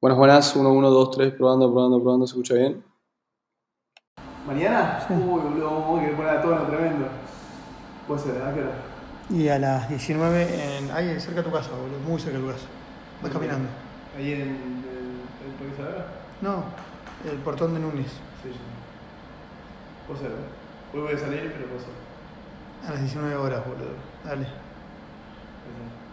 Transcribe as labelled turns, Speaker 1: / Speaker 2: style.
Speaker 1: Buenas, buenas, 1, 1, 2, 3, probando, probando, probando, ¿se escucha bien?
Speaker 2: ¿Mañana? Uy, boludo, vamos a querer poner a tono tremendo. Puede ser, ¿a qué hora?
Speaker 3: Y a las 19, en, ahí cerca de tu casa, boludo, muy cerca de tu casa. Vas caminando.
Speaker 2: Ahí en el Parque Sagrada.
Speaker 3: No, el portón de Núñez,
Speaker 2: Sí, sí. Puede ser, ¿eh? Hoy voy a salir, pero puede ser.
Speaker 3: a las 19 horas, boludo. Dale.
Speaker 2: Puede ser.